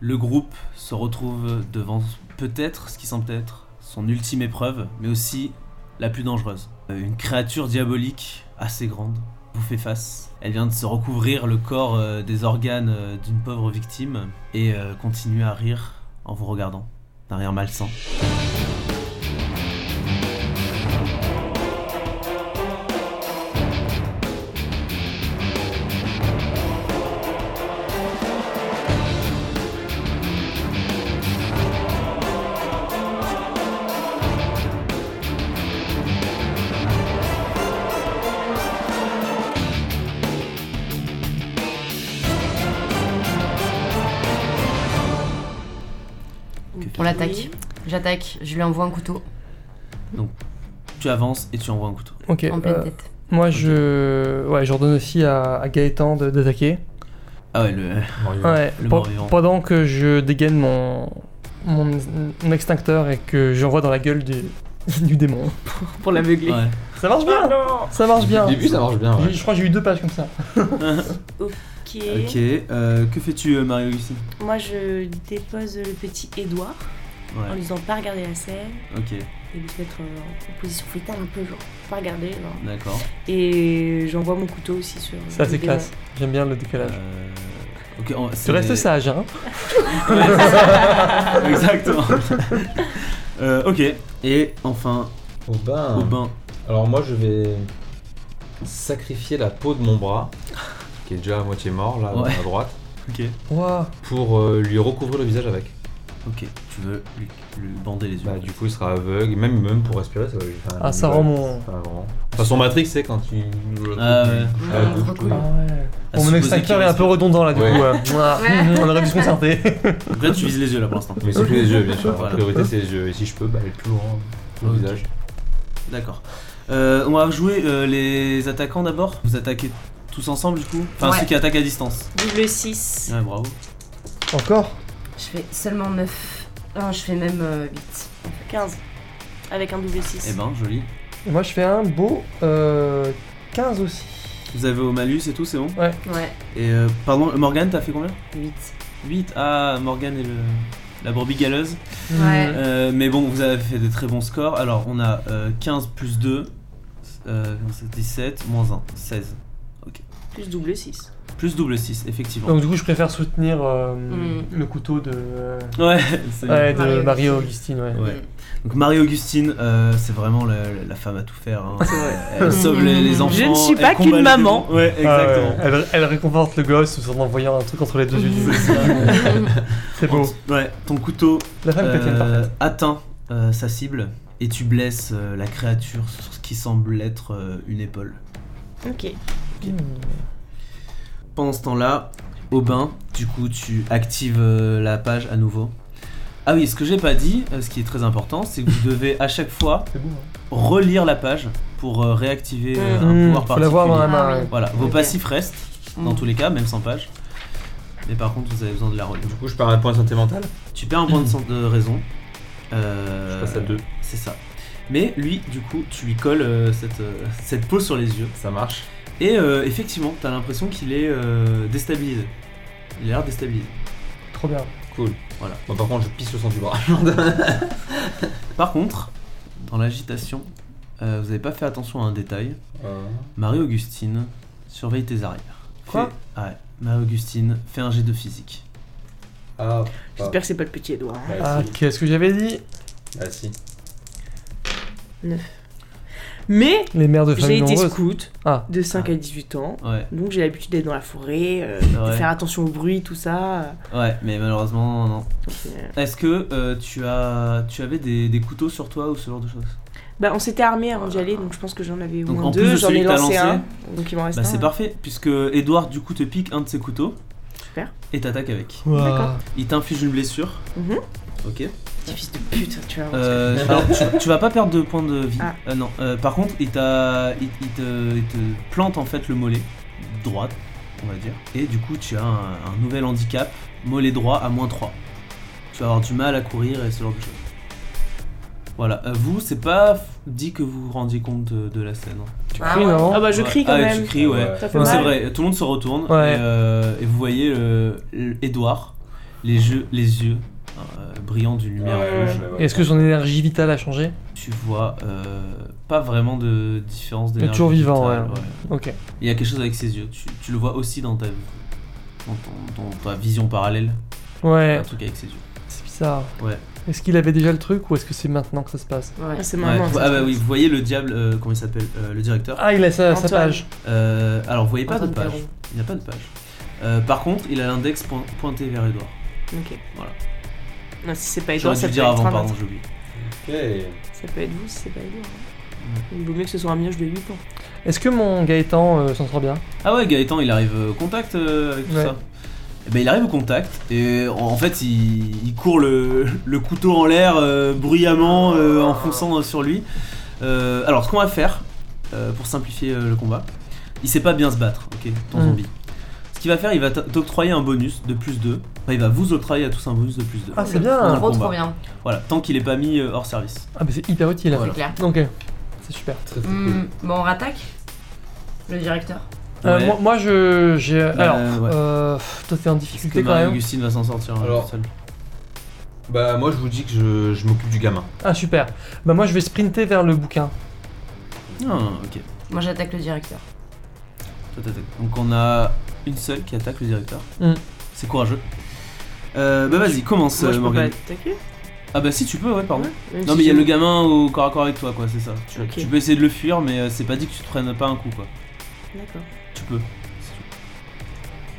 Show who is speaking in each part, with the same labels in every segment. Speaker 1: Le groupe se retrouve devant peut-être ce qui semble être son ultime épreuve, mais aussi la plus dangereuse. Euh, Une créature diabolique assez grande vous fait face. Elle vient de se recouvrir le corps euh, des organes euh, d'une pauvre victime et euh, continue à rire en vous regardant d'un rire malsain.
Speaker 2: On l'attaque. J'attaque, je lui envoie un couteau
Speaker 1: Tu avances et tu envoies un couteau.
Speaker 3: Ok.
Speaker 2: en pleine
Speaker 3: euh,
Speaker 2: tête.
Speaker 3: moi, je, ouais, j'ordonne aussi à, à Gaëtan de- d'attaquer.
Speaker 1: Ah ouais, le,
Speaker 3: Ouais,
Speaker 1: Le
Speaker 3: pe-
Speaker 1: mort-vivant.
Speaker 3: pendant que je dégaine mon, mon, mon extincteur et que j'envoie dans la gueule du, du démon.
Speaker 4: Pour l'aveugler.
Speaker 1: ouais.
Speaker 3: Ça marche bien Ça marche bien
Speaker 5: Au début, ça marche bien.
Speaker 3: J'ai-
Speaker 5: Ouais.
Speaker 3: Je crois que j'ai eu deux pages comme ça.
Speaker 4: Ok.
Speaker 1: Ok, euh, que fais-tu euh, Mario ici
Speaker 4: Moi, je dépose le petit Edouard en
Speaker 1: Ouais,
Speaker 4: lui disant pas regarder la scène
Speaker 1: ok,
Speaker 4: et lui mettre euh, en position fétale un peu, genre pas regarder. genre.
Speaker 1: d'accord.
Speaker 4: Et j'envoie mon couteau aussi sur.
Speaker 3: Ça,
Speaker 4: le
Speaker 3: c'est
Speaker 4: démon.
Speaker 3: classe. J'aime bien le décalage.
Speaker 1: Euh, ok, on- c'est-
Speaker 3: Tu restes sage, hein
Speaker 1: Exactement. Euh, ok, et enfin,
Speaker 5: Au bain.
Speaker 1: au bain.
Speaker 5: Alors moi je vais sacrifier la peau de mon bras, qui est déjà à moitié mort là
Speaker 1: Ouais.
Speaker 5: à droite,
Speaker 1: Ok,
Speaker 3: Waouh
Speaker 5: pour euh, lui recouvrir le visage avec.
Speaker 1: ok, tu veux lui, lui bander les yeux.
Speaker 5: Bah du coup il sera aveugle, même, même pour respirer ça va lui faire un
Speaker 3: Ah, ça
Speaker 5: bug.
Speaker 3: rend mon.
Speaker 5: Enfin, vraiment. De toute façon Matrix c'est quand tu...
Speaker 1: Ah ouais.
Speaker 5: Ah,
Speaker 2: Ouais,
Speaker 5: du
Speaker 2: trop
Speaker 5: coup,
Speaker 2: cool.
Speaker 3: Ah ouais.
Speaker 1: À
Speaker 3: Bon, mon
Speaker 1: supposer
Speaker 3: extincteur
Speaker 1: qu'il
Speaker 3: est un
Speaker 1: reste-
Speaker 3: peu redondant là, du
Speaker 5: Ouais.
Speaker 3: coup. euh. Mouah.
Speaker 2: Ouais.
Speaker 3: On aurait dû se concerter.
Speaker 1: Donc Là, tu vises les yeux là pour l'instant.
Speaker 5: Mais c'est que les yeux bien sûr, la
Speaker 1: Voilà.
Speaker 5: priorité c'est les yeux, et si je peux bah aller plus loin le
Speaker 1: Ok.
Speaker 5: visage.
Speaker 1: D'accord. Euh, on va jouer euh, les attaquants d'abord. Vous attaquez tous ensemble du coup Enfin,
Speaker 2: Ouais.
Speaker 1: ceux qui attaquent à distance.
Speaker 4: Double 6.
Speaker 1: Ouais, bravo.
Speaker 3: Encore
Speaker 2: Je fais seulement 9. Non, je fais même euh, 8.
Speaker 4: 15. Avec un double 6.
Speaker 1: Eh ben, joli.
Speaker 3: Et moi, je fais un beau euh, 15 aussi.
Speaker 1: Vous avez au malus et tout, c'est bon
Speaker 2: Ouais,
Speaker 1: Et euh, pardon, Morgane, t'as fait combien
Speaker 2: 8.
Speaker 1: 8. Ah, Morgane et le... la brebis galeuse.
Speaker 2: Ouais.
Speaker 1: Euh, mais bon, vous avez fait des très bons scores. Alors, on a euh, 15 plus 2, euh, comment c'est, 17, moins 1, 16.
Speaker 4: Plus double 6.
Speaker 1: Plus double 6, effectivement.
Speaker 3: Donc, du coup, je préfère soutenir euh,
Speaker 2: Mm.
Speaker 3: le couteau de. euh,
Speaker 1: Ouais, c'est
Speaker 3: Ouais, de
Speaker 2: Marie-Augustine.
Speaker 3: Marie Augustine, ouais.
Speaker 1: Ouais. Donc Marie-Augustine, euh, c'est vraiment la, la- la femme à tout faire. hein. Elle sauve les, les
Speaker 2: Je
Speaker 1: enfants.
Speaker 4: ne suis
Speaker 1: elle
Speaker 4: pas
Speaker 1: combat
Speaker 4: qu'une
Speaker 1: les
Speaker 4: maman.
Speaker 1: démons. Ouais, exactement.
Speaker 3: Ah ouais, Elle, elle réconforte le gosse tout en envoyant un truc entre les deux yeux du C'est beau.
Speaker 1: Ouais, ton couteau
Speaker 3: La femme chrétienne,
Speaker 1: euh,
Speaker 3: parfaite.
Speaker 1: atteint euh, sa cible et tu blesses euh, la créature sur ce qui semble être euh, une épaule.
Speaker 4: Ok.
Speaker 1: Pendant ce temps-là, au bain, du coup, tu actives euh, la page à nouveau. Ah oui, ce que j'ai pas dit, euh, ce qui est très important, c'est que vous devez à chaque fois
Speaker 3: C'est beau.
Speaker 1: relire la page pour euh, réactiver euh, hein. un
Speaker 3: Mmh,
Speaker 1: pouvoir
Speaker 3: faut la
Speaker 1: particulier.
Speaker 3: voir dans la
Speaker 2: Ah
Speaker 3: main.
Speaker 2: ouais.
Speaker 3: ouais.
Speaker 1: Voilà, vos
Speaker 2: Ok. Mmh.
Speaker 1: passifs restent dans tous les cas, même sans page. Mais par contre, vous avez besoin de la relire.
Speaker 5: Du coup je perds un point de santé mentale,
Speaker 1: Tu perds un point de sens de raison. Euh,
Speaker 5: je passe à 2,
Speaker 1: C'est ça. Mais lui, du coup, tu lui colles euh, cette, euh, cette peau sur les yeux.
Speaker 5: ça marche.
Speaker 1: Et euh, effectivement, t'as l'impression qu'il est euh, déstabilisé. Il a l'air déstabilisé.
Speaker 3: Trop bien.
Speaker 5: Cool.
Speaker 1: Voilà.
Speaker 5: Bon, par contre je pisse le sang du bras.
Speaker 1: Par contre, dans l'agitation, euh, vous n'avez pas fait attention à un détail.
Speaker 5: Euh,
Speaker 1: Marie-Augustine, surveille tes arrières.
Speaker 3: Quoi
Speaker 1: Fais- Ah ouais, Marie-Augustine, fais un jet de physique.
Speaker 5: Ah,
Speaker 4: J'espère que c'est pas le petit Edouard.
Speaker 5: bah,
Speaker 3: Ah,
Speaker 5: si.
Speaker 3: qu'est-ce que j'avais dit
Speaker 5: Ah, si.
Speaker 4: Mais
Speaker 3: Les mères de
Speaker 4: j'ai
Speaker 3: famille
Speaker 4: été
Speaker 3: nombreuses.
Speaker 4: scout
Speaker 3: Ah.
Speaker 4: de 5 à 18 ans.
Speaker 1: Ouais,
Speaker 4: Donc j'ai l'habitude d'être dans la forêt, euh, de
Speaker 1: Ouais.
Speaker 4: faire attention au bruit, tout ça.
Speaker 1: ouais, mais malheureusement, non.
Speaker 4: Donc, euh,
Speaker 1: Est-ce que euh, tu, as, tu avais des, des couteaux sur toi ou ce genre de choses
Speaker 4: Bah, on s'était armés avant d'y aller, donc je pense que j'en avais au
Speaker 1: Donc,
Speaker 4: moins
Speaker 1: en plus
Speaker 4: deux.
Speaker 1: de
Speaker 4: J'en
Speaker 1: celui
Speaker 4: ai
Speaker 1: que t'as
Speaker 4: lancé,
Speaker 1: lancé,
Speaker 4: un, donc il m'en reste
Speaker 1: Bah
Speaker 4: un.
Speaker 1: c'est parfait, puisque Edouard du coup te pique un de ses couteaux.
Speaker 4: Super.
Speaker 1: Et t'attaque avec.
Speaker 3: Waouh.
Speaker 4: D'accord.
Speaker 1: Il t'inflige une blessure.
Speaker 4: Mhm.
Speaker 1: Ok.
Speaker 4: Petit fils de pute, tu vois.
Speaker 1: Euh, alors, tu, tu vas pas perdre de points de vie.
Speaker 4: Ah.
Speaker 1: Euh, non. Euh, par contre, il, t'a- il- il te, il te plante en fait le mollet droit, on va dire. Et du coup, tu as un, un nouvel handicap, mollet droit à moins 3. Tu vas avoir du mal à courir et ce genre de choses. Voilà. Euh, vous, c'est pas f- dit que vous vous rendiez compte de, de la scène. hein.
Speaker 3: Tu
Speaker 2: Ah
Speaker 3: cries,
Speaker 2: ouais.
Speaker 3: non
Speaker 4: Ah bah je
Speaker 1: Ouais.
Speaker 4: crie quand
Speaker 1: Ah ouais,
Speaker 4: même.
Speaker 1: tu cries, ouais.
Speaker 4: Ça fait
Speaker 1: Non,
Speaker 3: Ouais.
Speaker 1: C'est
Speaker 4: mal.
Speaker 1: vrai, tout le monde se retourne
Speaker 3: Ouais.
Speaker 1: et, euh, et vous voyez euh, l- Edouard les, jeux, les yeux euh, brillants d'une lumière
Speaker 4: Ouais.
Speaker 1: rouge.
Speaker 3: Et Est-ce que son énergie vitale a changé
Speaker 1: Tu vois euh, pas vraiment de différence d'énergie.
Speaker 3: toujours vivant,
Speaker 1: vitale,
Speaker 3: ouais. Ok.
Speaker 1: Il y a quelque chose avec ses yeux. Tu, tu le vois aussi dans ta, dans ton- dans ta vision parallèle. Il y a
Speaker 3: Ouais,
Speaker 1: Un truc avec ses yeux.
Speaker 3: c'est bizarre.
Speaker 1: Ouais.
Speaker 3: Est-ce qu'il avait déjà le truc ou est-ce que c'est maintenant que ça se passe
Speaker 2: Ouais.
Speaker 4: Ah, c'est
Speaker 1: Ouais,
Speaker 4: marrant.
Speaker 1: vous-
Speaker 4: ça,
Speaker 1: ah
Speaker 4: je
Speaker 1: bah
Speaker 4: pense.
Speaker 1: oui, vous voyez le diable, euh, comment il s'appelle euh, Le directeur.
Speaker 3: Ah, il a sa, sa
Speaker 4: Antoine.
Speaker 3: page.
Speaker 1: Euh, alors vous voyez pas de
Speaker 2: Antoine
Speaker 1: page.
Speaker 2: Perron.
Speaker 1: Il n'y a pas de page. Euh, par contre, il a l'index point- pointé vers Edouard.
Speaker 4: Ok.
Speaker 1: Voilà.
Speaker 4: Non, si c'est pas
Speaker 1: J'aurais
Speaker 4: Edouard,
Speaker 1: dû
Speaker 4: ça
Speaker 1: le
Speaker 4: peut
Speaker 1: dire
Speaker 4: être
Speaker 1: avant,
Speaker 4: un
Speaker 1: pardon,
Speaker 4: autre.
Speaker 1: j'ai oublié.
Speaker 5: Ok.
Speaker 4: Ça peut être vous si c'est pas Edouard. hein. Il vaut mieux que ce soit un mioche de 8 ans.
Speaker 3: Est-ce que mon Gaëtan euh, s'en sort bien
Speaker 1: Ah ouais, Gaëtan, il arrive au contact euh, avec tout
Speaker 3: Ouais.
Speaker 1: ça. Eh ben, il arrive au contact et en, en fait il, il court le, le couteau en l'air euh, bruyamment euh, en fonçant euh, sur lui. Euh, alors ce qu'on va faire euh, pour simplifier euh, le combat, il sait pas bien se battre, ok, ton
Speaker 3: Mm.
Speaker 1: zombie. Ce qu'il va faire, il va t- t'octroyer un bonus de plus 2. Enfin, il va vous octroyer à tous un bonus de plus 2.
Speaker 3: Ah, c'est bien.
Speaker 1: Dans hein, le
Speaker 2: Trop, trop
Speaker 1: combat.
Speaker 2: bien.
Speaker 1: Voilà, tant qu'il est pas mis euh, hors service.
Speaker 3: Ah, bah c'est hyper utile.
Speaker 1: Voilà.
Speaker 2: C'est clair.
Speaker 3: Ok, c'est super.
Speaker 5: Très très
Speaker 2: Hmm, Bon, on rattaque le directeur.
Speaker 3: Euh,
Speaker 1: Ouais.
Speaker 3: moi, moi, je. j'ai-
Speaker 1: Bah,
Speaker 3: alors,
Speaker 1: ouais.
Speaker 3: euh, pff, toi, t'es en
Speaker 1: Est-ce
Speaker 3: difficulté
Speaker 1: que
Speaker 3: quand même.
Speaker 1: Marie-Augustine va s'en sortir hein,
Speaker 5: Alors.
Speaker 1: toute seule
Speaker 5: cool. Bah moi je vous dis que je, je m'occupe du gamin.
Speaker 3: Ah, super. Bah, moi, je vais sprinter vers le bouquin.
Speaker 1: Ah, ok.
Speaker 2: Moi, j'attaque le directeur.
Speaker 1: Toi, t'attaques. Donc on a une seule qui attaque le directeur.
Speaker 3: Mm.
Speaker 1: C'est courageux. Euh, bah vas-y, commence
Speaker 4: Moi, je peux pas
Speaker 1: Morgan.
Speaker 4: attaquer.
Speaker 1: Ah bah si tu peux, ouais, pardon.
Speaker 4: Même
Speaker 1: non
Speaker 4: si
Speaker 1: mais il y a
Speaker 4: j'ai-
Speaker 1: le gamin au corps à corps avec toi, quoi, c'est ça. Tu,
Speaker 4: Ok.
Speaker 1: tu peux essayer de le fuir, mais euh, c'est pas dit que tu te prennes pas un coup, quoi.
Speaker 4: D'accord.
Speaker 1: Tu peux.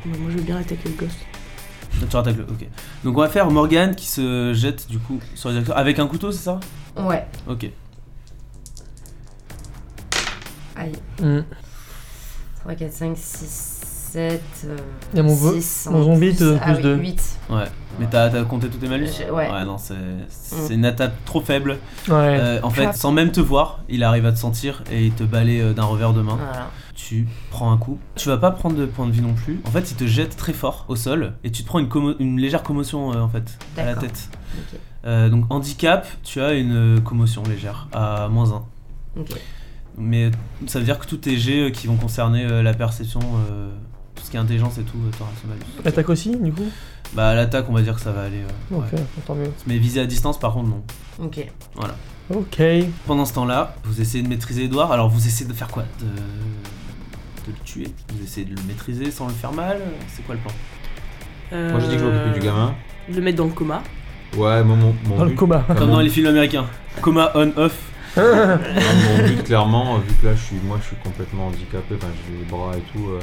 Speaker 4: Bah, moi, je veux bien attaquer le gosse.
Speaker 1: Là, Tu rattaques le. Ok. Donc on va faire Morgan qui se jette du coup sur le directeur avec un couteau, c'est ça
Speaker 2: Ouais.
Speaker 1: Ok.
Speaker 2: Aïe.
Speaker 3: Hmm.
Speaker 2: 3, 4, 5, 6, 7.
Speaker 3: Y a mon vo- mon zombie te
Speaker 2: Ah
Speaker 3: donne plus de-
Speaker 2: 8.
Speaker 1: Ouais. Mais t'as t'as compté tous tes malus
Speaker 2: Je- ouais.
Speaker 1: non, c'est
Speaker 4: Mm.
Speaker 1: c'est une attaque trop faible.
Speaker 3: Ouais.
Speaker 1: Euh, en fait,
Speaker 4: Clap.
Speaker 1: sans même te voir, il arrive à te sentir et il te balaye euh, d'un revers de main.
Speaker 2: Voilà.
Speaker 1: Tu prends un coup. Tu vas pas prendre de points de vie non plus. En fait, il te jette très fort au sol et tu te prends une, commo- une légère commotion euh, en fait à la
Speaker 2: D'accord.
Speaker 1: tête.
Speaker 2: Ok.
Speaker 1: Euh, donc handicap, tu as une euh, commotion légère à moins 1.
Speaker 2: Ok.
Speaker 1: Mais ça veut dire que tous tes jets euh, qui vont concerner euh, la perception, euh, tout ce qui est intelligence et tout, euh, t'auras ce malus.
Speaker 3: L'attaque aussi, du coup
Speaker 1: Bah à l'attaque, on va dire que ça va aller. euh,
Speaker 3: Ok,
Speaker 1: ouais.
Speaker 3: tant mieux.
Speaker 1: Mais viser à distance, par contre, non.
Speaker 2: Ok.
Speaker 3: Ok.
Speaker 1: Pendant ce temps-là, vous essayez de maîtriser Edouard. Alors vous essayez de faire quoi de... de le tuer Vous essayez de le maîtriser sans le faire mal C'est quoi le plan
Speaker 5: Moi je dis que je m'occupe du
Speaker 1: Euh.
Speaker 5: gamin.
Speaker 4: Euh, Le mettre dans le coma.
Speaker 5: Ouais, moi mon, mon
Speaker 3: Dans le
Speaker 5: but-
Speaker 3: coma.
Speaker 5: enfin,
Speaker 1: Comme
Speaker 5: mon-
Speaker 1: dans les films américains. Coma on-off.
Speaker 5: Enfin, mon but clairement, euh, vu que là je suis moi je suis complètement handicapé, enfin, j'ai les bras et tout, euh,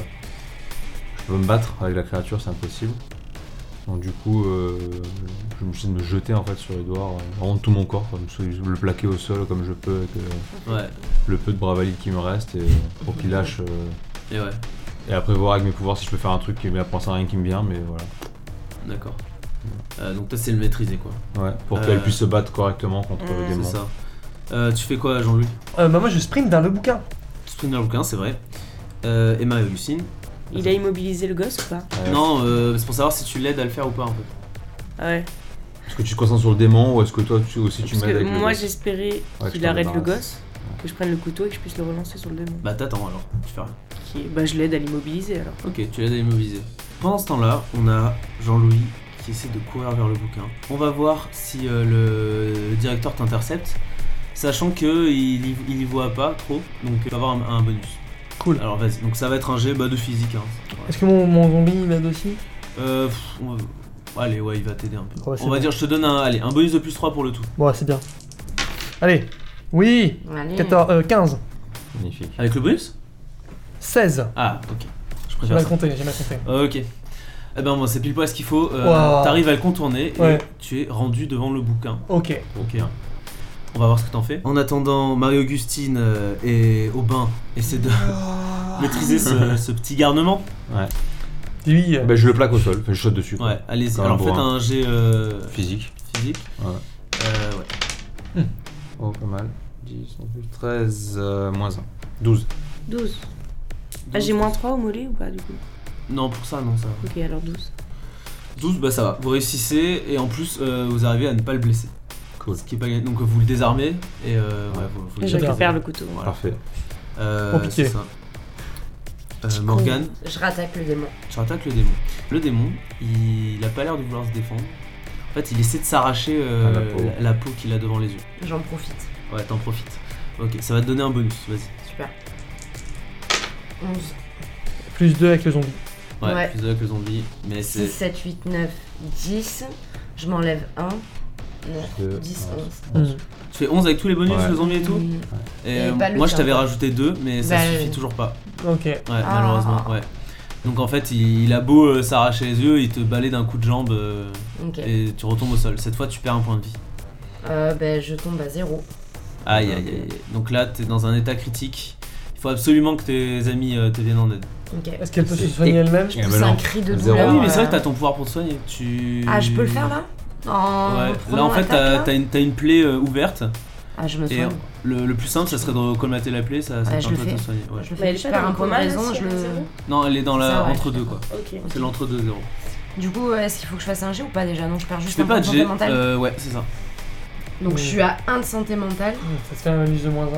Speaker 5: je peux me battre avec la créature, c'est impossible. Donc du coup, euh, je suis obligé de me jeter en fait sur Edouard, euh, vraiment de tout mon corps, comme se- le plaquer au sol comme je peux avec euh,
Speaker 1: Ouais,
Speaker 5: le peu de bras valides qui me reste et, euh, pour qu'il lâche. euh,
Speaker 1: et ouais,
Speaker 5: et après voir avec mes pouvoirs si je peux faire un truc qui me pense à rien qui me vient, mais voilà.
Speaker 1: d'accord. Euh, donc toi c'est le maîtriser quoi.
Speaker 5: Ouais, pour
Speaker 1: Euh,
Speaker 5: qu'elle puisse se battre correctement contre
Speaker 4: Mm.
Speaker 5: le
Speaker 1: C'est
Speaker 5: démon.
Speaker 1: ça. Euh, tu fais quoi Jean-Louis
Speaker 3: Euh, bah, moi, je sprint vers le bouquin.
Speaker 1: Sprint dans le bouquin, c'est vrai. Euh, Emma et Lucine.
Speaker 4: Il a immobilisé le gosse ou pas
Speaker 5: Ouais.
Speaker 1: Non, euh, c'est pour savoir si tu l'aides à le faire ou pas en fait.
Speaker 4: Ah ouais.
Speaker 5: Est-ce que tu te concentres sur le démon ou est-ce que toi tu, aussi tu
Speaker 4: Parce
Speaker 5: m'aides
Speaker 4: que
Speaker 5: avec le
Speaker 4: moi,
Speaker 5: gosse
Speaker 4: j'espérais
Speaker 5: Ouais, je
Speaker 4: qu'il
Speaker 5: t'en
Speaker 4: arrête le
Speaker 5: débarrasse.
Speaker 4: gosse, que je prenne le couteau et que je puisse le relancer sur le démon.
Speaker 1: Bah t'attends alors, tu fais rien.
Speaker 4: Qui est- Bah, je l'aide à l'immobiliser alors.
Speaker 1: Ok, tu l'aides à immobiliser. Pendant ce temps-là, on a Jean-Louis qui essaie de courir vers le bouquin. On va voir si euh, le directeur t'intercepte, sachant que il y, il y voit pas trop, donc il va avoir un, un bonus.
Speaker 3: Cool.
Speaker 1: Alors vas-y, donc ça va être un jet bah, de physique. Hein. Voilà.
Speaker 3: Est-ce que mon, mon zombie m'aide aussi
Speaker 1: Euh, pff, on va- Allez, ouais, il va t'aider un peu.
Speaker 3: Ouais, c'est
Speaker 1: on va
Speaker 3: bon.
Speaker 1: dire, je te donne un, allez, un bonus de plus 3 pour le tout.
Speaker 3: Bon, ouais, c'est bien. Allez. Oui
Speaker 2: Allez.
Speaker 3: 14, euh, 15,
Speaker 5: Magnifique.
Speaker 1: Avec le bonus
Speaker 3: 16.
Speaker 1: Ah, ok. Je
Speaker 3: J'ai
Speaker 1: préfère
Speaker 3: mal
Speaker 1: ça.
Speaker 3: compté, j'ai mal compté.
Speaker 1: Ok. Eh ben, bon, c'est pile poil ce qu'il faut. Euh,
Speaker 3: Wow.
Speaker 1: T'arrives à le contourner et
Speaker 3: Ouais.
Speaker 1: tu es rendu devant le bouquin.
Speaker 3: Ok.
Speaker 1: Ok. hein. On va voir ce que t'en fais. En attendant, Marie-Augustine euh, et Aubin essaient de maîtriser ce, ce petit garnement.
Speaker 3: Lui, euh,
Speaker 5: Bah, je le plaque au sol, enfin, je saute dessus. quoi.
Speaker 1: Ouais, allez-y.
Speaker 5: Comme un
Speaker 1: Alors faites
Speaker 5: bourrin.
Speaker 1: un jet euh,
Speaker 5: Physique.
Speaker 1: physique.
Speaker 5: Ouais.
Speaker 1: Euh, ouais.
Speaker 5: Oh, pas mal. 10, 11, 13, euh, moins 1. 12.
Speaker 4: 12. Ah, j'ai moins 3 au mollet ou pas du coup
Speaker 1: Non, pour ça, non, ça va.
Speaker 4: Ok, alors 12.
Speaker 1: 12, bah ça va. Vous réussissez et en plus, euh, vous arrivez à ne pas le blesser.
Speaker 5: Cool.
Speaker 1: Ce qui est pas gagné. Donc vous le désarmez et euh, ouais, vous, vous
Speaker 4: Et
Speaker 1: le
Speaker 4: je
Speaker 3: J'aime bien.
Speaker 1: désarmez.
Speaker 4: récupère le couteau.
Speaker 1: Voilà.
Speaker 5: Parfait.
Speaker 1: Euh,
Speaker 3: Compliqué.
Speaker 1: c'est ça. Euh, Morgane,
Speaker 2: Je rattaque le démon.
Speaker 1: tu attaques le démon. Le démon, il a pas l'air de vouloir se défendre. En fait, il essaie de s'arracher euh,
Speaker 5: Ah, la peau.
Speaker 1: la- la peau qu'il a devant les yeux.
Speaker 2: J'en profite.
Speaker 1: Ouais, t'en profites. Ok, ça va te donner un bonus, vas-y.
Speaker 2: Super. 11,
Speaker 3: Plus 2 avec le zombie.
Speaker 1: Ouais,
Speaker 2: Ouais.
Speaker 1: plus de que zombie, mais
Speaker 2: 6,
Speaker 1: c'est
Speaker 2: 7, 8, 9, 10. Je m'enlève 1. 9,
Speaker 5: Deux,
Speaker 2: 10,
Speaker 5: onze.
Speaker 2: 11.
Speaker 3: Mm.
Speaker 1: Tu fais 11 avec tous les bonus,
Speaker 5: Ouais.
Speaker 1: le zombie et tout Et
Speaker 2: Mm. Et
Speaker 1: euh,
Speaker 2: pas le
Speaker 1: moi je
Speaker 2: tien.
Speaker 1: t'avais rajouté 2, mais ça
Speaker 2: Bah,
Speaker 1: suffit
Speaker 2: euh.
Speaker 1: toujours pas.
Speaker 3: Ok.
Speaker 1: Ouais,
Speaker 2: Ah.
Speaker 1: malheureusement, ouais. Donc en fait, il, il a beau euh, s'arracher les yeux, il te balaye d'un coup de jambe euh,
Speaker 2: Ok.
Speaker 1: et tu retombes au sol. Cette fois, tu perds un point de vie.
Speaker 2: Euh, ben, je tombe à 0.
Speaker 1: Aïe aïe aïe. aïe. Donc là, t'es dans un état critique. Il faut absolument que tes amis euh, te viennent en aide.
Speaker 2: Ok.
Speaker 3: Est-ce qu'elle peut se
Speaker 5: Et-
Speaker 3: soigner elle-même
Speaker 5: Eh
Speaker 2: Je
Speaker 5: ben
Speaker 2: pousse
Speaker 5: non.
Speaker 2: un cri de
Speaker 5: Zéro.
Speaker 2: douleur.
Speaker 1: Ah oui, mais c'est
Speaker 2: euh,
Speaker 1: vrai que t'as ton pouvoir pour te soigner. Tu...
Speaker 2: Ah, je peux le faire là En
Speaker 1: Ouais.
Speaker 2: prenant
Speaker 1: Là en fait,
Speaker 2: l'attaque,
Speaker 1: t'as
Speaker 2: là
Speaker 1: t'as une, t'as une plaie euh, ouverte.
Speaker 2: Ah, je me
Speaker 1: Et
Speaker 2: soigne.
Speaker 1: le, le plus simple, ça serait de colmater la plaie, ça, ça
Speaker 2: Ouais,
Speaker 1: te
Speaker 2: je
Speaker 1: permettrait
Speaker 2: le
Speaker 1: de te
Speaker 2: fais.
Speaker 1: soigner. ouais.
Speaker 2: Je
Speaker 4: Mais
Speaker 2: le fais.
Speaker 4: elle
Speaker 2: Je
Speaker 4: fait
Speaker 2: perds
Speaker 4: dans
Speaker 2: un
Speaker 4: le
Speaker 2: point de
Speaker 4: coma, là,
Speaker 2: raison.
Speaker 4: si
Speaker 2: Je
Speaker 4: elle a
Speaker 2: le...
Speaker 4: zéro.
Speaker 1: Non, elle est dans la
Speaker 2: Ça, ouais,
Speaker 1: entre deux quoi.
Speaker 4: Ok.
Speaker 1: C'est l'entre-deux zéro.
Speaker 2: Du coup, euh, est-ce qu'il faut que je fasse un G ou pas déjà Non, je perds
Speaker 1: Je
Speaker 2: juste
Speaker 1: fais
Speaker 2: un point
Speaker 1: pas
Speaker 2: de
Speaker 1: de G.
Speaker 2: santé mentale.
Speaker 1: euh, ouais, c'est ça.
Speaker 2: Donc, je suis à 1 de santé mentale.
Speaker 3: Hmm, Ça te fait un malus de moins 1.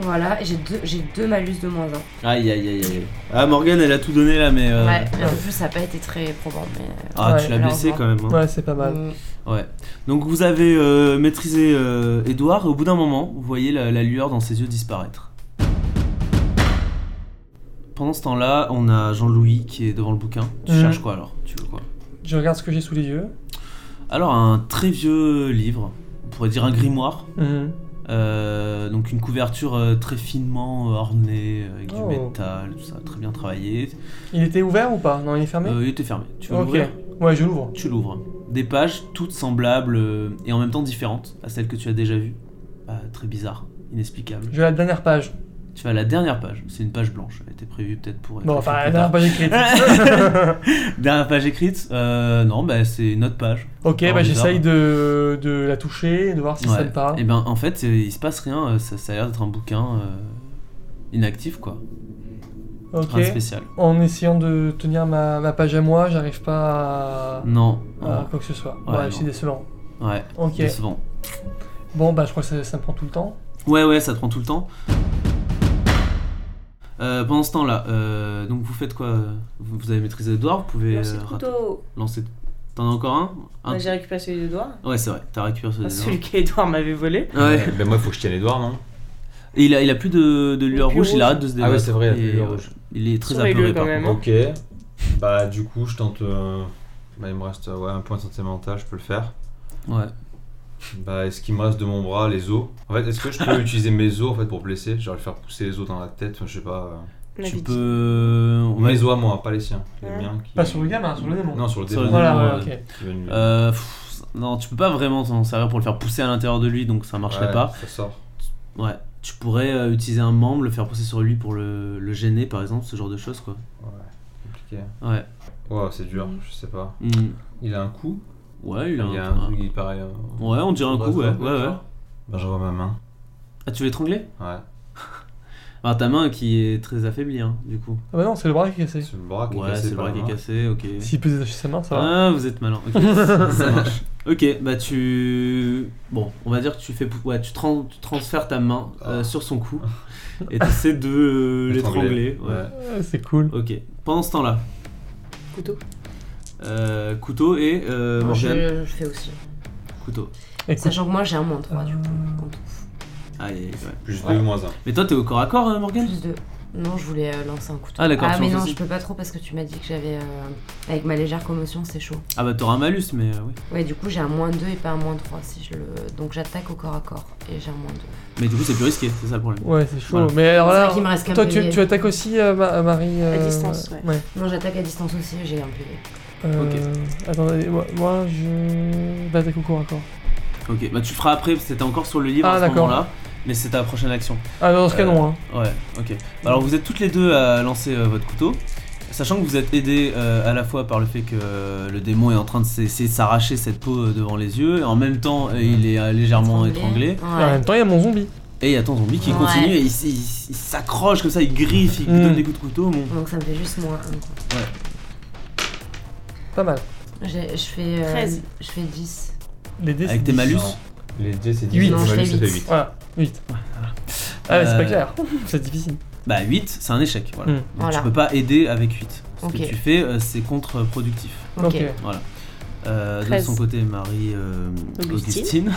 Speaker 2: Voilà, et j'ai deux, j'ai deux malus de moins 1.
Speaker 1: Aïe aïe aïe aïe. Ah Morgane, elle a tout donné là, mais. euh,
Speaker 2: Ouais, mais en plus, ça n'a pas été très probant. Mais...
Speaker 1: Ah,
Speaker 3: Ouais,
Speaker 1: tu l'as blessé
Speaker 2: malheureusement.
Speaker 1: quand même. hein.
Speaker 3: Ouais, c'est pas mal.
Speaker 2: Mm.
Speaker 1: Ouais. Donc vous avez euh, maîtrisé euh, Edouard et au bout d'un moment, vous voyez la, la lueur dans ses yeux disparaître. Pendant ce temps-là, on a Jean-Louis qui est devant le bouquin. Tu
Speaker 3: Mhm.
Speaker 1: cherches quoi alors Tu veux quoi
Speaker 3: Je regarde ce que j'ai sous les yeux.
Speaker 1: Alors un très vieux livre, on pourrait dire un grimoire.
Speaker 3: Mhm.
Speaker 1: Euh, donc une couverture euh, très finement euh, ornée euh, avec du
Speaker 3: Oh.
Speaker 1: métal, tout ça, très bien travaillé.
Speaker 3: Il était ouvert ou pas Non, il est fermé
Speaker 1: Euh, il était fermé. Tu veux
Speaker 3: Ok.
Speaker 1: l'ouvrir
Speaker 3: Ouais, je l'ouvre.
Speaker 1: Tu l'ouvres. Des pages toutes semblables euh, et en même temps différentes à celles que tu as déjà vues. Ah, très bizarre, inexplicable.
Speaker 3: Je vais à la dernière page.
Speaker 1: Tu vas à la dernière page. C'est une page blanche. Elle était prévue peut-être pour.
Speaker 3: Bon,
Speaker 1: pour
Speaker 3: enfin, la
Speaker 1: plus
Speaker 3: dernière
Speaker 1: tard.
Speaker 3: page écrite.
Speaker 1: Dernière page écrite. euh, non, bah c'est une autre page.
Speaker 3: ok,
Speaker 1: Alors,
Speaker 3: bah
Speaker 1: Oh, bizarre.
Speaker 3: j'essaye de, de la toucher, de voir si ça
Speaker 1: Ouais.
Speaker 3: me parle.
Speaker 1: Et ben en fait, euh, il se passe rien. euh, Ça, ça a l'air d'être un bouquin euh, inactif quoi.
Speaker 3: Ok.
Speaker 1: Rien de spécial.
Speaker 3: En essayant de tenir ma, ma page à moi, j'arrive pas à,
Speaker 1: Non.
Speaker 3: à quoi que ce soit.
Speaker 1: Ah. Ouais,
Speaker 3: Ouais,
Speaker 1: non.
Speaker 3: c'est décevant.
Speaker 1: non. Ouais.
Speaker 3: Ah. Ok.
Speaker 1: Décevant.
Speaker 3: Bon, bah je crois que ça, ça me prend tout le temps.
Speaker 1: Ouais, ouais, ça te prend tout le temps. Euh, pendant ce temps-là, euh, donc vous faites quoi euh, vous, vous avez maîtrisé Edouard, vous pouvez
Speaker 6: Lancer
Speaker 1: euh,
Speaker 6: de
Speaker 1: rat-
Speaker 6: couteau.
Speaker 1: lancer. T'en as encore un, Un-
Speaker 6: Ouais, J'ai Ah, récupéré celui d'Edouard.
Speaker 1: Ouais, c'est vrai, t'as récupéré ce
Speaker 6: Enfin,
Speaker 1: désordre.
Speaker 6: celui qu'Edouard m'avait volé.
Speaker 1: Ouais.
Speaker 5: Ben moi, faut que je tienne Edouard, non
Speaker 1: Et il a, il a plus de, de lueur
Speaker 6: Plus
Speaker 1: rouge, il
Speaker 6: rouge.
Speaker 1: arrête de se
Speaker 5: Ah
Speaker 1: débattre.
Speaker 5: ouais, c'est vrai, il a plus
Speaker 1: Et,
Speaker 5: de lueur
Speaker 1: euh,
Speaker 5: rouge.
Speaker 1: Il est très
Speaker 6: Surveille-le
Speaker 1: apeuré
Speaker 6: quand
Speaker 1: par
Speaker 6: même.
Speaker 1: contre.
Speaker 6: Vraiment
Speaker 5: Ok. Bah du coup, je tente. euh, Bah, il me reste euh, ouais, un point de santé mentale, je peux le faire.
Speaker 1: Ouais.
Speaker 5: Bah, est-ce qu'il me reste de mon bras les os En fait, est-ce que je peux utiliser mes os en fait pour blesser Genre lui faire pousser les os dans la tête, enfin, je sais pas.
Speaker 6: On avait
Speaker 1: Tu
Speaker 6: dit.
Speaker 1: peux.
Speaker 5: euh,
Speaker 1: On va
Speaker 5: Mes os à moi, pas les siens, les
Speaker 6: Ouais.
Speaker 5: miens. Qui...
Speaker 3: Pas sur le gamin, sur le démon.
Speaker 5: Non, sur le
Speaker 1: Sur
Speaker 5: démon.
Speaker 1: le
Speaker 3: Voilà,
Speaker 1: démon,
Speaker 3: ouais, ok.
Speaker 5: qui va nous-
Speaker 1: Euh, pff, non, tu peux pas vraiment t'en servir pour le faire pousser à l'intérieur de lui, donc ça marcherait
Speaker 5: Ouais,
Speaker 1: pas.
Speaker 5: Ça sort.
Speaker 1: Ouais. Tu pourrais euh, utiliser un membre, le faire pousser sur lui pour le, le gêner, par exemple, ce genre de choses, quoi.
Speaker 5: Ouais, compliqué. hein.
Speaker 1: Ouais.
Speaker 5: Wow, c'est dur, je sais pas.
Speaker 1: Hmm.
Speaker 5: Il a un coup
Speaker 1: Ouais, il a,
Speaker 5: Il y a
Speaker 1: un-
Speaker 5: un truc qui paraît. euh,
Speaker 1: Ouais, on dirait un coup, ouais, ouais, ouais.
Speaker 5: Ben, j'envoie ma main.
Speaker 1: Ah, tu veux étrangler
Speaker 5: Ouais.
Speaker 1: Ah, ta main qui est très affaiblie, hein, du coup.
Speaker 3: Ah bah non, c'est le bras qui est cassé.
Speaker 5: C'est le bras qui est
Speaker 1: Ouais,
Speaker 5: cassé.
Speaker 1: c'est le
Speaker 5: par
Speaker 1: bras
Speaker 5: la
Speaker 1: qui est
Speaker 5: main.
Speaker 1: cassé, ok.
Speaker 3: S'il peut détacher sa main, ça va.
Speaker 1: Ah, vous êtes malin, ok. ça marche. Ok, bah tu. Bon, on va dire que tu fais. pou- Ouais, tu, tran- tu transfères ta main euh,
Speaker 5: Ah.
Speaker 1: sur son cou et t'essaies de euh,
Speaker 5: Étrangler.
Speaker 1: l'étrangler. Ouais.
Speaker 3: Ah, c'est cool.
Speaker 1: Ok. Pendant ce temps-là,
Speaker 6: Couteau.
Speaker 1: euh, couteau et euh,
Speaker 2: je,
Speaker 1: Morgane.
Speaker 2: je fais aussi.
Speaker 1: Couteau.
Speaker 3: Écoute, Euh.
Speaker 2: Sachant que moi, j'ai un moins 3 du coup. Compte.
Speaker 1: Aïe, aïe, aïe, ouais.
Speaker 5: Plus
Speaker 2: Ouais.
Speaker 5: 2, moins 1.
Speaker 1: Mais toi, t'es au corps à corps, hein, Morgane
Speaker 2: Plus 2. Non, je voulais euh, lancer un couteau.
Speaker 1: Ah, d'accord,
Speaker 2: Ah,
Speaker 1: tu
Speaker 2: mais
Speaker 1: lances
Speaker 2: non,
Speaker 1: aussi.
Speaker 2: je peux pas trop parce que tu m'as dit que j'avais. euh, avec ma légère commotion, c'est chaud.
Speaker 1: Ah, bah t'auras un malus, mais euh, oui.
Speaker 2: Ouais, du coup, j'ai un moins 2 et pas un moins 3. Si je le... Donc, j'attaque au corps à corps et j'ai un moins 2.
Speaker 1: Mais du coup, c'est plus risqué, c'est ça le problème.
Speaker 3: ouais, c'est chaud.
Speaker 1: Voilà.
Speaker 3: Mais alors
Speaker 2: C'est
Speaker 3: là,
Speaker 2: vrai qu'il me reste qu'un
Speaker 3: toi, tu,
Speaker 2: bélier.
Speaker 3: tu attaques aussi euh, Ma- euh, Marie. euh,
Speaker 6: distance, ouais.
Speaker 2: Non, j'attaque à distance aussi, j'ai un PV.
Speaker 3: Euh, Attendez, moi, moi, je vais attaquer au corps à corps.
Speaker 1: Ok, bah tu feras après, parce que t'étais encore sur le livre
Speaker 3: Ah,
Speaker 1: à ce
Speaker 3: d'accord.
Speaker 1: moment-là, mais c'est ta prochaine action.
Speaker 3: Ah non, dans ce cas,
Speaker 1: Euh,
Speaker 3: non. Hein.
Speaker 1: Ouais, ok. Alors vous êtes toutes les deux à lancer euh, votre couteau, sachant que vous êtes aidés euh, à la fois par le fait que euh, le démon est en train de s'essayer de s'arracher cette peau euh, devant les yeux, et en même temps euh, il est euh, légèrement étranglé,
Speaker 3: Et En même temps, il y a mon zombie.
Speaker 1: et il y a ton zombie qui
Speaker 2: Ouais.
Speaker 1: continue, et il, s- il s- il s'accroche comme ça, il griffe, il
Speaker 3: Mm.
Speaker 1: donne des coups de couteau. Bon.
Speaker 2: Ouais. Donc, ça me fait juste moins 1.
Speaker 3: Pas mal.
Speaker 2: Je fais. euh,
Speaker 6: 13.
Speaker 2: Je fais 10.
Speaker 3: Les dés,
Speaker 1: Avec
Speaker 3: c'est
Speaker 1: tes
Speaker 3: dix.
Speaker 1: malus
Speaker 5: Non. Les dés, c'est
Speaker 3: Huit.
Speaker 5: 10.
Speaker 2: Non,
Speaker 5: les
Speaker 2: je
Speaker 5: malus,
Speaker 2: fais
Speaker 5: ça fait
Speaker 2: huit.
Speaker 5: 8.
Speaker 3: Voilà, 8. Ah, mais c'est
Speaker 1: Euh,
Speaker 3: pas clair. C'est difficile.
Speaker 1: Bah 8, c'est un échec. Voilà.
Speaker 3: Hmm.
Speaker 1: Donc
Speaker 2: Voilà.
Speaker 1: tu peux pas aider avec 8. Ce
Speaker 2: Ok.
Speaker 1: que tu fais, euh, c'est contre-productif.
Speaker 2: Ok.
Speaker 1: Voilà. Euh, de
Speaker 6: Treize.
Speaker 1: son côté, Marie euh,
Speaker 6: Augustine.
Speaker 1: Augustine.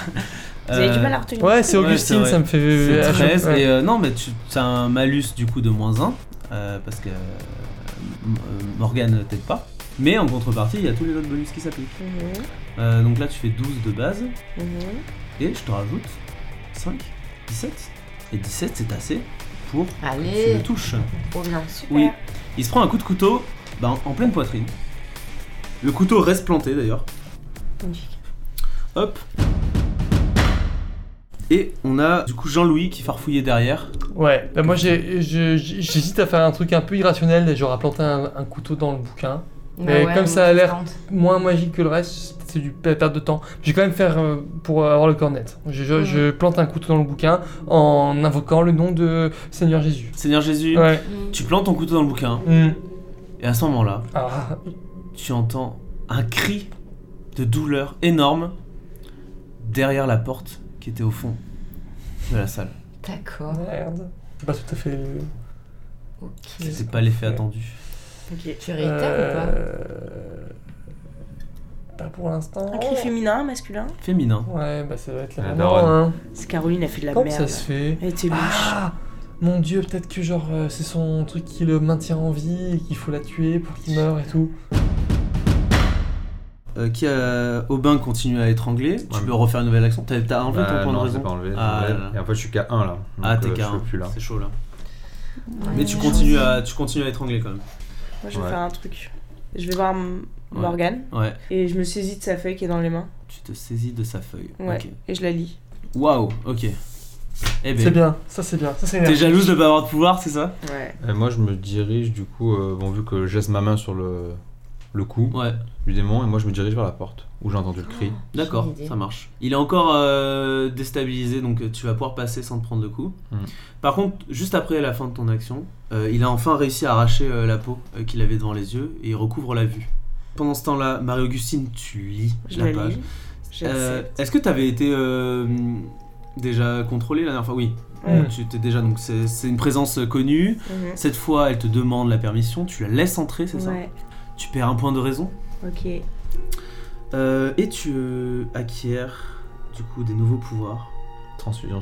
Speaker 4: Vous avez du
Speaker 1: Euh,
Speaker 4: mal à retenir.
Speaker 3: Ouais, c'est
Speaker 6: Mhm,
Speaker 1: Ouais,
Speaker 3: Augustine,
Speaker 1: c'est
Speaker 3: ça me fait.
Speaker 1: C'est
Speaker 3: à chaque-
Speaker 1: 13,
Speaker 3: ouais.
Speaker 1: et euh, non, mais tu as un malus du coup de moins 1, parce que euh, M- euh, Morgane t'aide pas. Mais en contrepartie, il y a tous les autres bonus qui s'appliquent.
Speaker 4: Mhm,
Speaker 1: Euh, donc là, tu fais 12 de base,
Speaker 4: mhm.
Speaker 1: et je te rajoute 5, 17. Et 17, c'est assez pour que tu
Speaker 2: Allez.
Speaker 1: le touches.
Speaker 2: Trop bien.
Speaker 4: Super.
Speaker 1: Oui. Il se prend un coup de couteau bah, en- en pleine poitrine. Le couteau reste planté d'ailleurs.
Speaker 4: Magnifique.
Speaker 1: Hop. Et on a du coup Jean-Louis qui farfouillait derrière.
Speaker 3: Ouais, bah moi j'ai- je- j'hésite à faire un truc un peu irrationnel, et genre à planter un, un couteau dans le bouquin.
Speaker 2: Bah
Speaker 3: Mais comme ça a l'air- Moins magique que le reste, c'est du pe- perte de temps. Je vais quand même faire euh, pour avoir le cornet. Je, je-
Speaker 2: Mhm.
Speaker 3: je plante un couteau dans le bouquin en invoquant le nom de Seigneur Jésus.
Speaker 1: Seigneur Jésus,
Speaker 3: Ouais.
Speaker 1: tu plantes ton couteau dans le bouquin.
Speaker 3: Mhm.
Speaker 1: Et à ce moment-là,
Speaker 3: Ah,
Speaker 1: tu entends un cri de douleur énorme derrière la porte qui était au fond de la salle.
Speaker 2: D'accord.
Speaker 3: merde. C'est pas tout à fait.
Speaker 2: Ok.
Speaker 1: C'est pas l'effet attendu.
Speaker 6: Ok.
Speaker 2: Tu réitères ou
Speaker 3: Euh, Pas pour l'instant.
Speaker 6: Un cri féminin, un masculin
Speaker 1: Féminin.
Speaker 3: Ouais, bah ça doit être la
Speaker 5: La
Speaker 3: maman,
Speaker 5: daronne.
Speaker 3: hein.
Speaker 6: C'est Caroline, elle fait de la
Speaker 3: Comment
Speaker 6: merde.
Speaker 3: Oh, ça se fait
Speaker 6: Elle était louche.
Speaker 3: Ah Mon dieu, peut-être que genre euh, c'est son truc qui le maintient en vie et qu'il faut la tuer pour qu'il meure et tout.
Speaker 1: Euh, qui a... Aubin continue à étrangler.
Speaker 5: Ouais.
Speaker 1: Tu peux refaire une nouvelle action. T'as t'as enlevé ton
Speaker 5: Ah,
Speaker 1: point de
Speaker 5: non, je l'ai
Speaker 1: raison.
Speaker 5: pas enlevé.
Speaker 1: Ah, là, là.
Speaker 5: Et en fait, je suis qu'à 1 là. Donc,
Speaker 1: Ah,
Speaker 5: euh,
Speaker 1: t'es
Speaker 5: Je
Speaker 1: qu'à un.
Speaker 5: peux plus là.
Speaker 1: C'est chaud là.
Speaker 2: pas
Speaker 1: Mais tu continues à, tu continues à étrangler quand même.
Speaker 6: Moi, je vais
Speaker 5: Ouais.
Speaker 6: faire un truc. Je vais voir M- Morgane
Speaker 1: Ouais.
Speaker 6: et je me saisis de sa feuille qui est dans les mains
Speaker 1: Tu te saisis de sa feuille.
Speaker 6: Ouais.
Speaker 1: Ok.
Speaker 6: et je la lis.
Speaker 1: Waouh. Ok. Eh
Speaker 3: C'est
Speaker 1: ben.
Speaker 3: bien, ça c'est bien, ça c'est
Speaker 1: T'es
Speaker 3: bien.
Speaker 1: jalouse de pas avoir de pouvoir, c'est ça
Speaker 6: Ouais.
Speaker 5: Et Euh, moi, je me dirige du coup, euh, bon, vu que je laisse ma main sur le, le cou
Speaker 1: Ouais.
Speaker 5: du démon, et moi, je me dirige vers la porte où j'ai entendu le cri.
Speaker 1: D'accord,
Speaker 2: idée.
Speaker 1: ça marche. Il est encore euh, déstabilisé, donc euh, tu vas pouvoir passer sans te prendre de coup.
Speaker 5: Mm.
Speaker 1: Par contre, juste après la fin de ton action, euh, il a enfin réussi à arracher euh, la peau euh, qu'il avait devant les yeux et il recouvre la vue. Pendant ce temps-là, Marie-Augustine, tu lis
Speaker 6: Je
Speaker 1: la
Speaker 6: la,
Speaker 1: page.
Speaker 6: lis.
Speaker 1: Euh,
Speaker 6: J'accepte.
Speaker 1: Est-ce que t'avais été euh, déjà contrôlé la dernière fois Oui.
Speaker 3: Mm.
Speaker 1: Tu t'es déjà, donc c'est c'est une présence euh, connue.
Speaker 6: Mhm.
Speaker 1: Cette fois, elle te demande la permission, tu la laisses entrer, c'est
Speaker 6: Ouais.
Speaker 1: ça Tu perds un point de raison
Speaker 6: Ok.
Speaker 1: Euh, et tu euh, acquiers du coup des nouveaux pouvoirs.
Speaker 5: Transfusion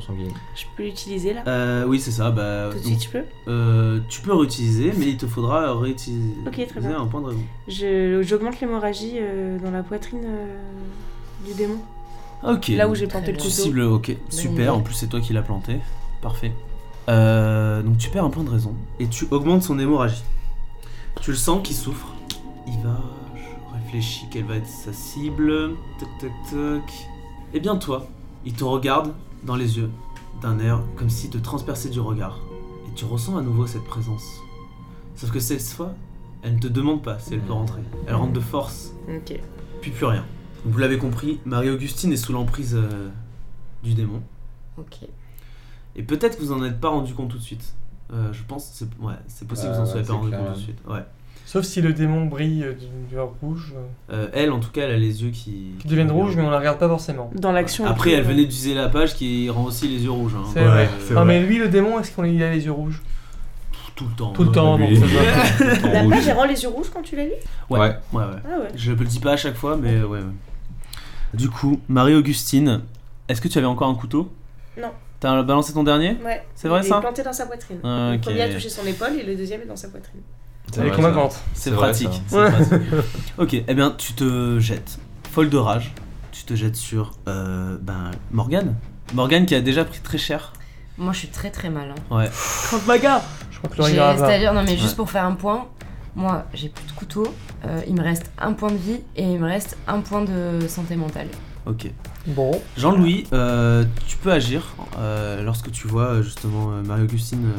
Speaker 5: sanguine.
Speaker 6: Je peux l'utiliser là
Speaker 1: Euh, oui, c'est ça. Bah,
Speaker 6: Tout de
Speaker 1: donc,
Speaker 6: suite, tu peux
Speaker 1: euh, tu peux réutiliser, mais il te faudra réutiliser
Speaker 6: Ok, très
Speaker 1: utiliser
Speaker 6: bien.
Speaker 1: un point de raison.
Speaker 6: Je- J'augmente l'hémorragie euh, dans la poitrine euh, du démon.
Speaker 1: Ok.
Speaker 6: Là où j'ai
Speaker 2: Très
Speaker 6: planté le
Speaker 2: bien.
Speaker 1: tu
Speaker 6: couteau.
Speaker 1: cibles, ok,
Speaker 2: idée.
Speaker 1: super. En plus, c'est toi qui l'as planté. Parfait. Euh, donc, tu perds un point de raison et tu augmentes son hémorragie. Tu le sens qu'il souffre. Il va. Je réfléchis quelle va être sa cible. Tac, tac, tac. Et Eh bien, toi, il te regarde dans les yeux d'un air comme s'il te transperçait du regard. Et tu ressens à nouveau cette présence. Sauf que cette fois, elle ne te demande pas si elle peut rentrer. Elle rentre de force
Speaker 6: Ok.
Speaker 1: puis plus rien. Donc, vous l'avez compris, Marie-Augustine est sous l'emprise euh, du démon.
Speaker 2: Ok.
Speaker 1: Et peut-être que vous en êtes pas rendu compte tout de suite. Euh, je pense, c'est ouais, Euh, c'est possible que vous en
Speaker 5: Ouais,
Speaker 1: soyez pas
Speaker 5: ouais, c'est
Speaker 1: rendu
Speaker 5: clair,
Speaker 1: compte tout de
Speaker 5: ouais.
Speaker 1: suite. Ouais.
Speaker 3: Sauf si le démon brille euh, d'une lueur rouge, euh,
Speaker 1: Euh, elle, en tout cas, elle a les yeux qui.
Speaker 3: qui deviennent rouges, mais on la regarde pas forcément.
Speaker 6: Dans l'action. euh,
Speaker 1: Après,
Speaker 6: elle
Speaker 1: elle venait d'user la page qui rend aussi les yeux rouges. hein.
Speaker 3: euh, C'est vrai.
Speaker 1: Euh,
Speaker 5: C'est
Speaker 3: Non,
Speaker 5: vrai.
Speaker 3: Ah, mais lui, le démon, est-ce qu'on il a les yeux rouges
Speaker 1: Tout le temps.
Speaker 3: Tout le
Speaker 1: hein.
Speaker 3: temps,
Speaker 5: lui.
Speaker 3: donc ça va.
Speaker 6: La
Speaker 5: En
Speaker 6: page,
Speaker 5: rouge.
Speaker 6: elle Bah, rend les yeux rouges quand tu la lis
Speaker 1: Ouais.
Speaker 5: Ouais.
Speaker 1: Ouais, ouais.
Speaker 6: Ah ouais.
Speaker 1: Je le dis pas à chaque fois, mais euh, ouais. ouais. Du coup, Marie-Augustine, est-ce que tu avais encore un couteau
Speaker 6: Non.
Speaker 1: T'as balancé ton dernier
Speaker 6: Ouais.
Speaker 1: C'est vrai,
Speaker 6: Il est
Speaker 1: ça Ah,
Speaker 6: planté dans sa poitrine.
Speaker 1: Ok.
Speaker 6: Le premier a touché son épaule et le deuxième est dans sa poitrine.
Speaker 3: Elle est
Speaker 5: vrai,
Speaker 3: convaincante.
Speaker 1: C'est
Speaker 5: C'est vrai,
Speaker 1: pratique.
Speaker 5: ça.
Speaker 1: c'est pratique. ok, eh bien, tu te jettes. Folle de rage, tu te jettes sur euh, ben, Morgane. Morgane qui a déjà pris très cher.
Speaker 2: Moi, je suis très très mal. hein.
Speaker 1: Ouais.
Speaker 3: Je crois que
Speaker 2: J'ai-
Speaker 3: Laurie va. va-
Speaker 2: C'est-à-dire, non mais juste
Speaker 1: Ouais.
Speaker 2: pour faire un point, moi j'ai plus de couteau, euh, il me reste un point de vie et il me reste un point de santé mentale.
Speaker 1: Ok.
Speaker 3: Bon,
Speaker 1: Jean-Louis, euh, tu peux agir euh, lorsque tu vois euh, justement euh, Marie-Augustine euh,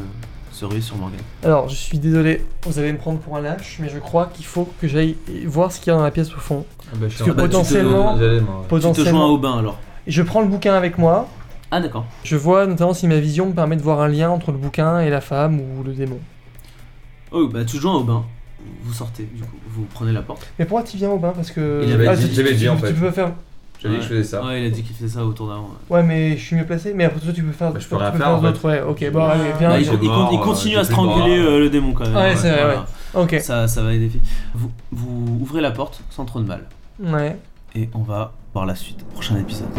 Speaker 1: se ruer sur Morgane.
Speaker 3: alors je suis désolé, vous allez me prendre pour un lâche, mais je crois qu'il faut que j'aille voir ce qu'il y a dans la pièce au fond.
Speaker 5: Ah, bah, je suis
Speaker 3: Parce que
Speaker 5: en- bah, tu te-
Speaker 3: potentiellement-
Speaker 5: j'allais, moi, ouais.
Speaker 1: Tu te
Speaker 3: Potentiellement.
Speaker 1: joins à Aubin alors.
Speaker 3: Je prends le bouquin avec moi.
Speaker 1: Ah d'accord.
Speaker 3: Je vois notamment si ma vision me permet de voir un lien entre le bouquin et la femme ou le démon.
Speaker 1: Oh, bah tu te joins à Aubin. Vous sortez, du coup, vous prenez la porte.
Speaker 3: Mais pourquoi tu viens au bain Parce que.
Speaker 1: Il avait
Speaker 5: dit-
Speaker 3: tu-
Speaker 5: j'avais
Speaker 3: tu-
Speaker 5: dit, en
Speaker 3: tu
Speaker 5: fait.
Speaker 3: peux pas faire.
Speaker 5: J'avais dit que je faisais ça.
Speaker 1: Ouais, il a dit qu'il faisait ça au tour d'avant. ouais.
Speaker 3: Ouais, mais je suis mieux placé. Mais après, toi, tu peux faire
Speaker 5: Bah, je
Speaker 3: tu
Speaker 5: peux rien
Speaker 3: peux
Speaker 5: faire,
Speaker 3: faire
Speaker 5: en fait.
Speaker 3: d'autres. Ouais, ok, bon, allez,
Speaker 6: Bah,
Speaker 3: viens.
Speaker 1: Bah, il,
Speaker 5: il
Speaker 1: il
Speaker 5: est mort,
Speaker 1: con- il
Speaker 5: euh,
Speaker 1: continue
Speaker 5: j'ai
Speaker 1: à
Speaker 5: plus de bras.
Speaker 1: strangler euh, le démon quand même.
Speaker 3: Ouais, c'est vrai, ouais. Ok.
Speaker 1: Ça, ça va aider. Vous, vous ouvrez la porte sans trop de mal.
Speaker 3: Ouais.
Speaker 1: Et on va voir la suite, prochain épisode.